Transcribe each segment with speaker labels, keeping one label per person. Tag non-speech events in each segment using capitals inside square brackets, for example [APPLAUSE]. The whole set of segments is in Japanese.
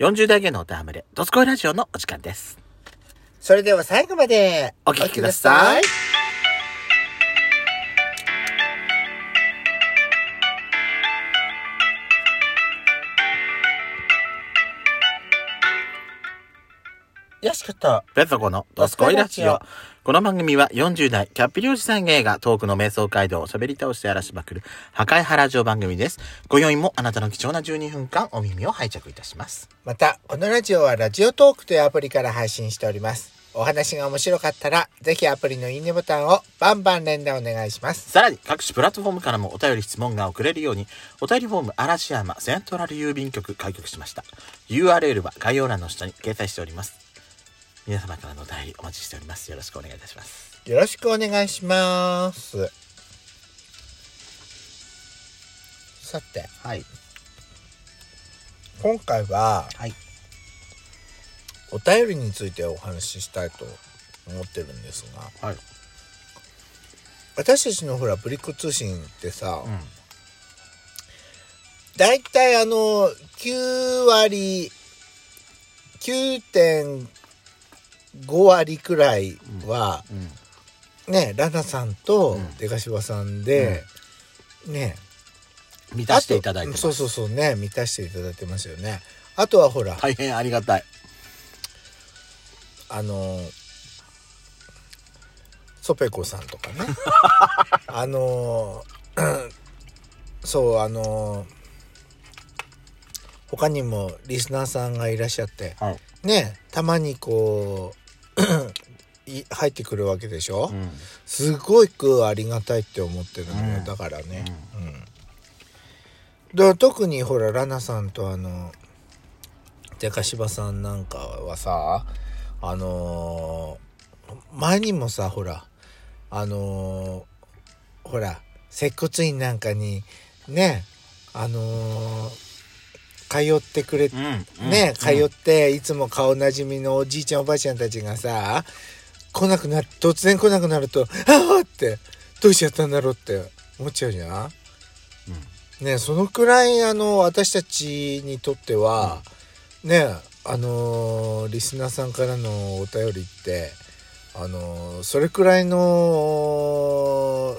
Speaker 1: 40代芸のおたわむれ、ドスコイラジオのお時間です。
Speaker 2: それでは最後まで
Speaker 1: お聞きください
Speaker 2: お聞きください。よしこと、
Speaker 1: ペソコのドスコイラジオ。この番組は40代、キャッピリおじさん映画、トークの瞑想街道を喋り倒して荒らしまくる、破壊派ラジオ番組です。今宵もあなたの貴重な12分間、お耳を拝借いたします。
Speaker 2: また、このラジオはラジオトークというアプリから配信しております。お話が面白かったら、ぜひアプリのいいねボタンをバンバン連打お願いします。
Speaker 1: さらに、各種プラットフォームからもお便り質問が送れるように、お便りフォーム嵐山セントラル郵便局開局しました。URL は概要欄の下に掲載しております。皆様からのお便りお待ちしております。よろしくお願いいたします。
Speaker 2: よろしくお願いします。さて、
Speaker 1: はい。
Speaker 2: 今回は、
Speaker 1: はい。
Speaker 2: お便りについてお話ししたいと思ってるんですが
Speaker 1: はい。
Speaker 2: 私たちのほらブリック通信ってさ、
Speaker 1: うん。
Speaker 2: だいたいあの9割9.5割くらいは、
Speaker 1: うん。
Speaker 2: ねラナさんと
Speaker 1: うん
Speaker 2: 出頭さんで、ね
Speaker 1: 満
Speaker 2: あ
Speaker 1: た
Speaker 2: と
Speaker 1: していただいてます。
Speaker 2: そうそうそうね満たしていただいてますよねあとはほら、
Speaker 1: 大変ありがたい。
Speaker 2: あのソペコさんとかねあの [CLEARS THROAT] うんそうあの他にもリスナーさんがいらっしゃって
Speaker 1: はい。
Speaker 2: ねたまにこう [CLEARS THROAT] い入ってくるわけでしょ、
Speaker 1: うん。
Speaker 2: すごいくありがたいって思ってるのよ、
Speaker 1: うん
Speaker 2: だからね、うんで特にほらラナさんとあのでかしばさんなんかはさあのー前にもさほらあのーほら接骨院なんかにねあのー通ってくれて
Speaker 1: うん。う
Speaker 2: ね、
Speaker 1: ん
Speaker 2: 通っていつも顔なじみのおじいちゃんおばあちゃんたちがさ来なくな突然来なくなると「ああ!」ってどうしちゃったんだろうって思っちゃうじゃん。ねそのくらいあの私たちにとっては、ねあのーリスナーさんからのお便りってあのーそれくらいの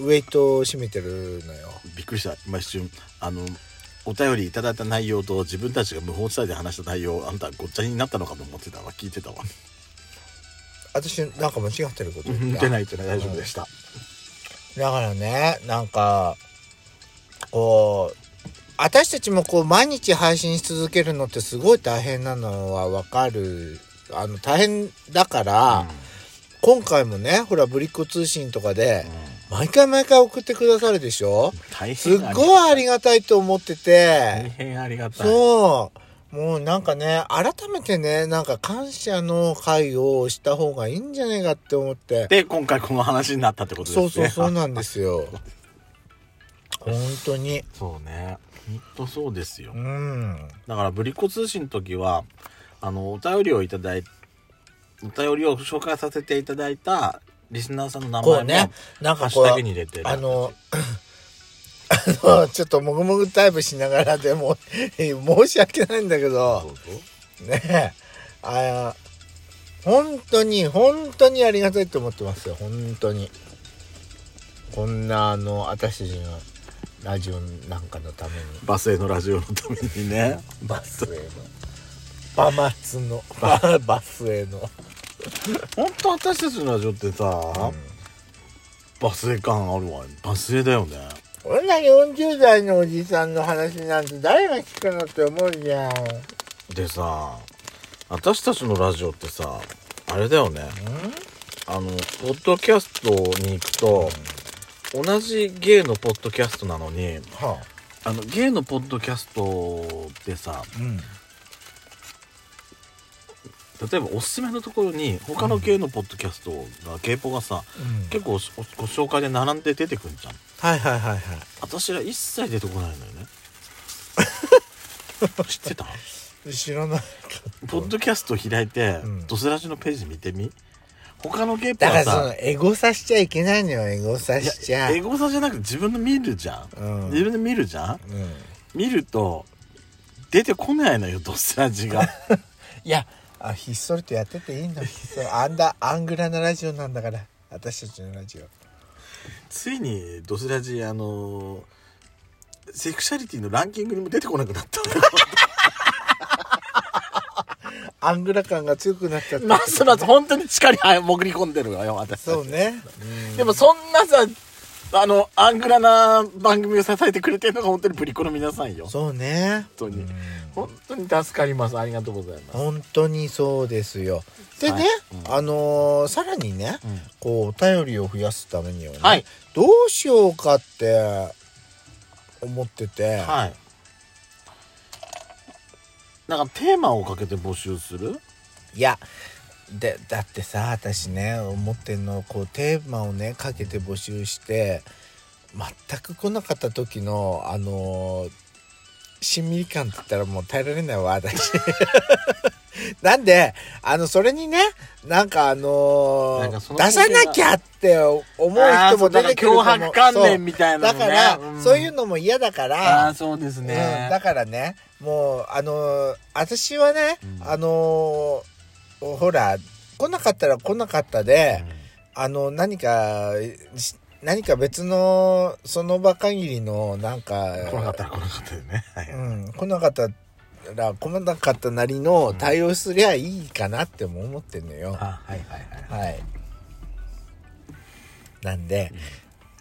Speaker 2: ウェイトを占めてるのよ。
Speaker 1: びっくりした。今一瞬、あの、お便りいただいた内容と自分たちが無法地帯で話した内容、あんたごっちゃになったのかと思ってたわ。聞いてたわ。
Speaker 2: 私なんか間違ってること言っ
Speaker 1: 言
Speaker 2: た
Speaker 1: ってない言ってない大丈夫でした。
Speaker 2: だからねなんかこう私たちもこう毎日配信し続けるのってすごい大変なのはわかるあの大変だから、今回もねほらブリッコ通信とかで
Speaker 1: うんうん
Speaker 2: 毎回毎回送ってくださるでしょ
Speaker 1: 大変
Speaker 2: すっごいあり
Speaker 1: が
Speaker 2: がたいと思って
Speaker 1: たい。大
Speaker 2: て
Speaker 1: 変ありがたい。
Speaker 2: そうもうなんかね改めてねなんか感謝の会をした方がいいんじゃないかって思って
Speaker 1: で、今回この話になったってことです
Speaker 2: そ
Speaker 1: ね。
Speaker 2: うそうそう
Speaker 1: あ
Speaker 2: なんですよ [LAUGHS] 本当に
Speaker 1: そうね。ほんとそうですよ
Speaker 2: う。ん
Speaker 1: だから、ぶりっ子通信の時は、あの、お便りをいただい、お便りを紹介させていただいたリスナーさんの名
Speaker 2: こう
Speaker 1: 前
Speaker 2: ね
Speaker 1: も、
Speaker 2: なん
Speaker 1: ハッ
Speaker 2: か
Speaker 1: シ
Speaker 2: こ
Speaker 1: ュタグに
Speaker 2: う
Speaker 1: 入れてる。
Speaker 2: あの [LAUGHS] あのちょっともぐもぐタイプしながらでも [LAUGHS] 申し訳ないんだけ
Speaker 1: ど
Speaker 2: ど
Speaker 1: うぞ
Speaker 2: ねあ本当に本当にありがたいと思ってますよ本当にこんなあの私たちのラジオなんかのために
Speaker 1: バスへのラジオのためにね。
Speaker 2: バスへのバマツのババスへの、
Speaker 1: [LAUGHS] 本当私たちのラジオってさ、バスへ感あるわ。バスへだよね。
Speaker 2: 俺ら40代のおじさんの話なんて誰が聞くのって思うじゃん。
Speaker 1: でさ、私たちのラジオってさ、あれだよね。あの、ポッドキャストに行くと、同じゲイのポッドキャストなのに、
Speaker 2: はあ、
Speaker 1: あの、ゲイのポッドキャストってさ、
Speaker 2: うん。
Speaker 1: 例えばおすすめのところに、他のゲイのポッドキャストが、ゲイポがさ、結構ごご紹介で並んで出てくんじゃん。
Speaker 2: はいはいはいはい。
Speaker 1: 私ら一切出てこないのよ [LAUGHS] ね知ってた
Speaker 2: 知らない。
Speaker 1: ポッドキャスト開いて、
Speaker 2: うん
Speaker 1: ドスラジのページ見てみ他のゲープ
Speaker 2: だか
Speaker 1: は
Speaker 2: らその
Speaker 1: さ
Speaker 2: エゴさしちゃいけないのよ、エゴさし
Speaker 1: い
Speaker 2: ち
Speaker 1: や
Speaker 2: ゃ。
Speaker 1: エ
Speaker 2: う
Speaker 1: ゴサじゃなくて自分の見るじゃん、
Speaker 2: うん
Speaker 1: 自分で見るじゃん
Speaker 2: ん。
Speaker 1: 見ると出てこないのよドスラジ [LAUGHS] が
Speaker 2: いやあひっそりとやってていいんだそうあんだアングラなラジオなんだから私たちのラジオ
Speaker 1: ついにドスラジあのセクシャリティのランキングにも出てこなくなったのよ
Speaker 2: アングラ感が強くなっちゃっ
Speaker 1: [LAUGHS]
Speaker 2: た、
Speaker 1: ますます本当に地下に潜り込んでるわよ私たち
Speaker 2: そうね、
Speaker 1: でもそんなさあのアングラな番組を支えてくれてるのが本当にプリコの皆さんよ
Speaker 2: う
Speaker 1: 本
Speaker 2: んそうね
Speaker 1: 当に
Speaker 2: うん
Speaker 1: 本当に助かりますありがとうございます
Speaker 2: 本当にそうですよでね、あのーさらにね、
Speaker 1: うん
Speaker 2: こうお便りを増やすためにはね、
Speaker 1: はい
Speaker 2: どうしようかって思ってて、
Speaker 1: はいなんかテーマをかけて募集する
Speaker 2: いやでだってさ私ね思ってんのこうテーマをねかけて募集して全く来なかった時のあのーしんみり感って言ったらもう耐えられないわ
Speaker 1: [LAUGHS]
Speaker 2: 私なんであのそれにねなんかあのー
Speaker 1: なんかその
Speaker 2: 出さなきゃって思う人も出てくる
Speaker 1: あーそう
Speaker 2: と
Speaker 1: だから脅
Speaker 2: 思う
Speaker 1: 迫観
Speaker 2: そう
Speaker 1: 念みたいな
Speaker 2: だ
Speaker 1: の
Speaker 2: か
Speaker 1: ね
Speaker 2: ら、
Speaker 1: ん
Speaker 2: そういうのも嫌だか
Speaker 1: あ
Speaker 2: ら
Speaker 1: あそうです
Speaker 2: うん、
Speaker 1: ね
Speaker 2: だからねもうあのー私はね、
Speaker 1: うん
Speaker 2: あのーほら来なかったら来なかったで、あの何かし何か別のその場限りのなんか
Speaker 1: うん来なかったら来なかったでねはい
Speaker 2: うん、来なかったら来なかったなりの対応すりゃいいかなっても思ってんのよ。
Speaker 1: あはいはいはい
Speaker 2: はい。なんで、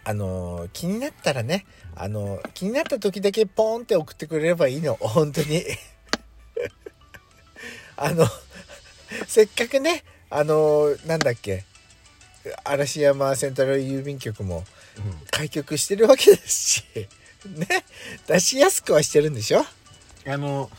Speaker 2: あのー気になったらね、あのー気になった時だけポーンって送ってくれればいいの、本当に。 [LAUGHS] あの、せっかくね、あのーなんだっけ、嵐山セントラル郵便局も開局してるわけですし、 [LAUGHS] ね、出しやすくはしてるんでしょ
Speaker 1: うんあの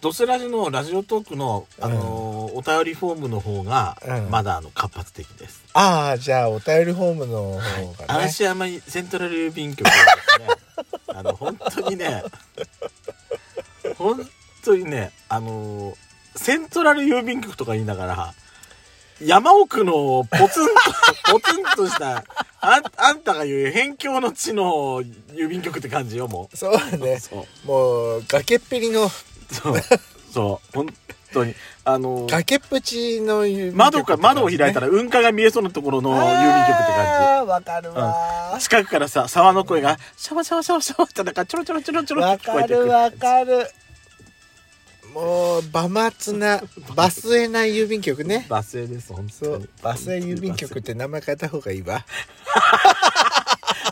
Speaker 1: ドスラジのラジオトークの、あのお便りフォームの方が、
Speaker 2: うん
Speaker 1: まだあの活発的です。
Speaker 2: ああ、じゃあお便りフォームの方がね。
Speaker 1: 嵐山セントラル郵便局はですねあの本当にね本当にねあのセントラル郵便局とか言いながら山奥のポツンとポツンとしたあんあんたが言う辺境の地の郵便局って感じよも
Speaker 2: そうだ
Speaker 1: う、
Speaker 2: ね。
Speaker 1: そう
Speaker 2: もう崖っぺりの
Speaker 1: そうそう本当にあの
Speaker 2: 崖っぷちの郵便局
Speaker 1: 窓か窓を開いた
Speaker 2: ら
Speaker 1: ら雲海が見えそうなところの郵便局って感じ
Speaker 2: じわかるわ
Speaker 1: 近くからさ沢の声がシャワシャワシャワシャワってなんかちょろちょろちょろちょろ
Speaker 2: わ
Speaker 1: って聞こえ
Speaker 2: か
Speaker 1: てくる
Speaker 2: るわかるもう馬末な
Speaker 1: [LAUGHS]
Speaker 2: バスエな郵便局ね
Speaker 1: バス停です本
Speaker 2: そ
Speaker 1: 当
Speaker 2: う
Speaker 1: に
Speaker 2: バスエ郵便局って名前変えた方がいい
Speaker 1: [LAUGHS]
Speaker 2: わ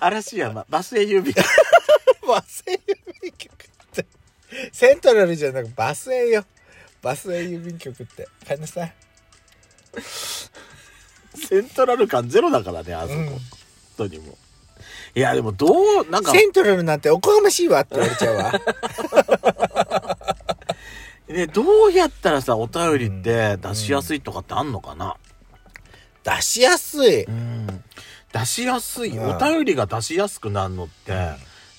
Speaker 1: 嵐山バス停郵 [LAUGHS] 便
Speaker 2: バスエ郵便局ってセントラルじゃなくバスエよバスエ郵便局って変えなさい
Speaker 1: セントラル感ゼロだからねあそこ、
Speaker 2: うん
Speaker 1: 本当にもういやでもどうなんか
Speaker 2: セントラルなんておこがましいわって言われちゃ
Speaker 1: [LAUGHS]
Speaker 2: うわ
Speaker 1: ねどうやったらさお便りって出しやすいとかってあんのかな
Speaker 2: 出しやすい
Speaker 1: うん出しやすい、
Speaker 2: うん
Speaker 1: お便りが出しやすくなるのって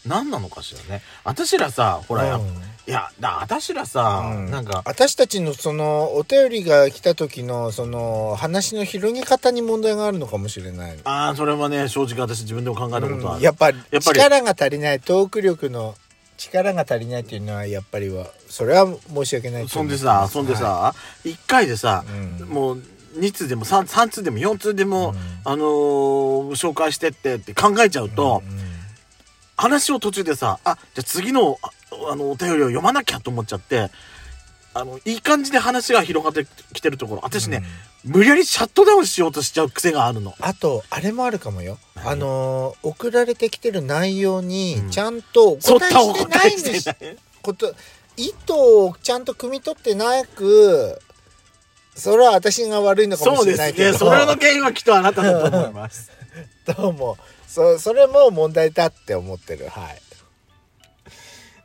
Speaker 1: 何なのかしらね私らさほらやっぱ、
Speaker 2: うん
Speaker 1: いやだ私らさ、
Speaker 2: うん
Speaker 1: なんか
Speaker 2: 私たちのそのお便りが来た時のその話の広げ方に問題があるのかもしれないの、
Speaker 1: ああそれはね正直私自分でも考えたことある、
Speaker 2: うんやっぱり
Speaker 1: やっぱり
Speaker 2: 力が足りないトーク力の力が足りないっていうのはやっぱりはそれは申し訳ないと
Speaker 1: そん
Speaker 2: 思い
Speaker 1: でさ
Speaker 2: ます
Speaker 1: そんでさ、一1回でさ、
Speaker 2: うん
Speaker 1: もう2通でも 3, 三通でも4通でも、
Speaker 2: うん
Speaker 1: あのー紹介してってって考えちゃうと、
Speaker 2: はいうん
Speaker 1: 話を途中でさあじゃあ次のああのお便りを読まなきゃと思っちゃってあのいい感じで話が広がってきてるところ私ね、無理やりシャットダウンしようとしちゃう癖があるの。
Speaker 2: あとあれもあるかもよ
Speaker 1: 何
Speaker 2: あのー送られてきてる内容に
Speaker 1: うん
Speaker 2: ちゃんとお
Speaker 1: そっ
Speaker 2: 答え
Speaker 1: たお
Speaker 2: してな
Speaker 1: 答え
Speaker 2: いんで
Speaker 1: し
Speaker 2: す
Speaker 1: てない。
Speaker 2: こと意図をちゃんと汲み取ってなくそれは私が悪いのかも
Speaker 1: そう
Speaker 2: し
Speaker 1: で
Speaker 2: れない
Speaker 1: す
Speaker 2: けど
Speaker 1: ね。それの原因はきっとあなただと思います。
Speaker 2: どうもそそれも問題だって思ってるはい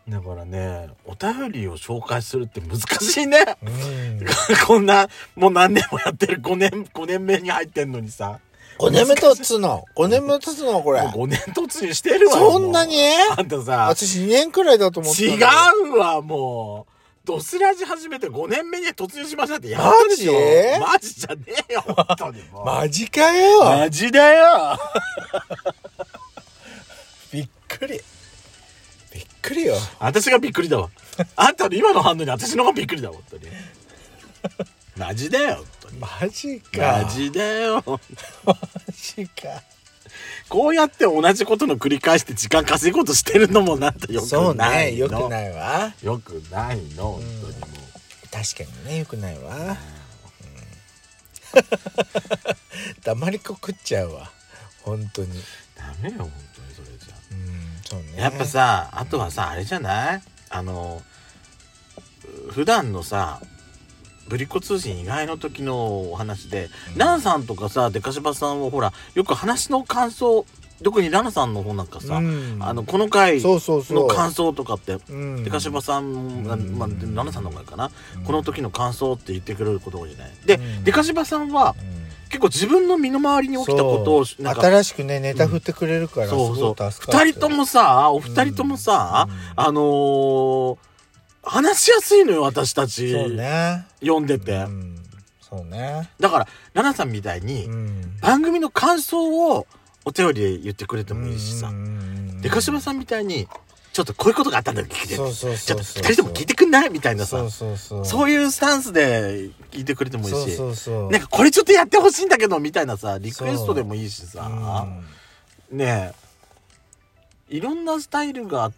Speaker 1: だからね、お便りを紹介するって難しいね。 [LAUGHS]
Speaker 2: うん
Speaker 1: こんな、もう何年もやってる5年、五年目に入ってんのにさ。
Speaker 2: 5年目経つの5年目経つのこれ
Speaker 1: もう5年突入してるわよ。
Speaker 2: そんなに
Speaker 1: もうあんたさ、
Speaker 2: 私2年くらいだと思って
Speaker 1: 違
Speaker 2: たの
Speaker 1: うわ、もう。ドスラジ始めて5年目に突入しましたってやってるでしょ。マジじゃねえよ、本当にもう。
Speaker 2: マジかよ
Speaker 1: マジ
Speaker 2: [LAUGHS]
Speaker 1: だよ。
Speaker 2: びっくりびっくりよ
Speaker 1: 私がびっくりだわあんたの今の反応に私の方がびっくりだわ本当にマジだよ本当に
Speaker 2: マジか
Speaker 1: マジだよ
Speaker 2: マジか
Speaker 1: こうやって同じことの繰り返して時間稼ごうとしてるのもなんかよ
Speaker 2: そう
Speaker 1: くな
Speaker 2: ね
Speaker 1: いの
Speaker 2: よくないわ
Speaker 1: よくないの本当にも
Speaker 2: 確かにねよくないわ、うん [LAUGHS] 黙りこくっちゃうわ本当に
Speaker 1: うダメよ本当にそれじゃ
Speaker 2: うんそうね
Speaker 1: やっぱさあとはさあれじゃないあの普段のさぶりっ子通信以外の時のお話で、ランさんとかさでかしばさんをほらよく話の感想特にラナさんの方なんかさ、
Speaker 2: うん
Speaker 1: あのこの回
Speaker 2: そうそうそ
Speaker 1: の
Speaker 2: う
Speaker 1: 感想とかって
Speaker 2: うん
Speaker 1: でかしばさん、まあまあ、でナナさんの方がいいかな、
Speaker 2: うん
Speaker 1: この時の感想って言ってくれることが多いじゃない。で、
Speaker 2: うん
Speaker 1: でかしばさんは
Speaker 2: うん
Speaker 1: 結構自分の身の回りに起きたことを
Speaker 2: そう
Speaker 1: なんか
Speaker 2: 新しくねネタ振ってくれるから、
Speaker 1: そうそう
Speaker 2: すごい助か
Speaker 1: 2人ともさお二人ともさ、
Speaker 2: うん
Speaker 1: あのー話しやすいのよ私たち、
Speaker 2: そうね、
Speaker 1: 読んでて、
Speaker 2: うん、そうね、
Speaker 1: だから奈々さんみたいに、
Speaker 2: うん、
Speaker 1: 番組の感想をお便りで言ってくれてもいいしさ、でかしば
Speaker 2: ん
Speaker 1: さんみたいにちょっとこういうことがあったんだけど聞いて
Speaker 2: そうそうそう
Speaker 1: ちょっと2人とも聞いてくんないみたいなさ
Speaker 2: そうそうそう
Speaker 1: そう
Speaker 2: いう
Speaker 1: いうスタンスで聞いてくれてもいいし
Speaker 2: そうそうそう
Speaker 1: なんかこれちょっとやってほしいんだけどみたいなさリクエストでもいいしさ、
Speaker 2: う
Speaker 1: ねえいろんなスタイルが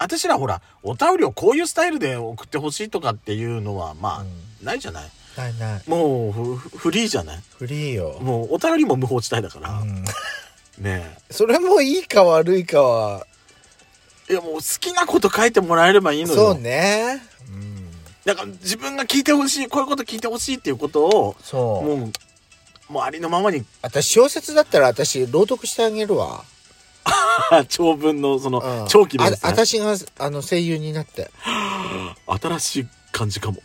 Speaker 1: 私らほらお便りをこういうスタイルで送ってほしいとかっていうのはまあ、
Speaker 2: うん
Speaker 1: ないじゃない
Speaker 2: んないない
Speaker 1: もうフフリーじゃない
Speaker 2: フリーよ、
Speaker 1: もうお便りも無法地帯だから、
Speaker 2: うん、
Speaker 1: ね
Speaker 2: それもいいか悪いかは
Speaker 1: えいやもう好きなこと書いてもらえればいいのよ
Speaker 2: そうね、うん、
Speaker 1: だから自分が聞いてほしいこういうこと聞いてほしいっていうことを
Speaker 2: そう
Speaker 1: もうもうありのままに [LAUGHS]
Speaker 2: 私小説だったら私朗読してあげるわ、
Speaker 1: 長文のそ
Speaker 2: うん
Speaker 1: の長期のやつね
Speaker 2: あ私があの声優になって
Speaker 1: 新しい感じかも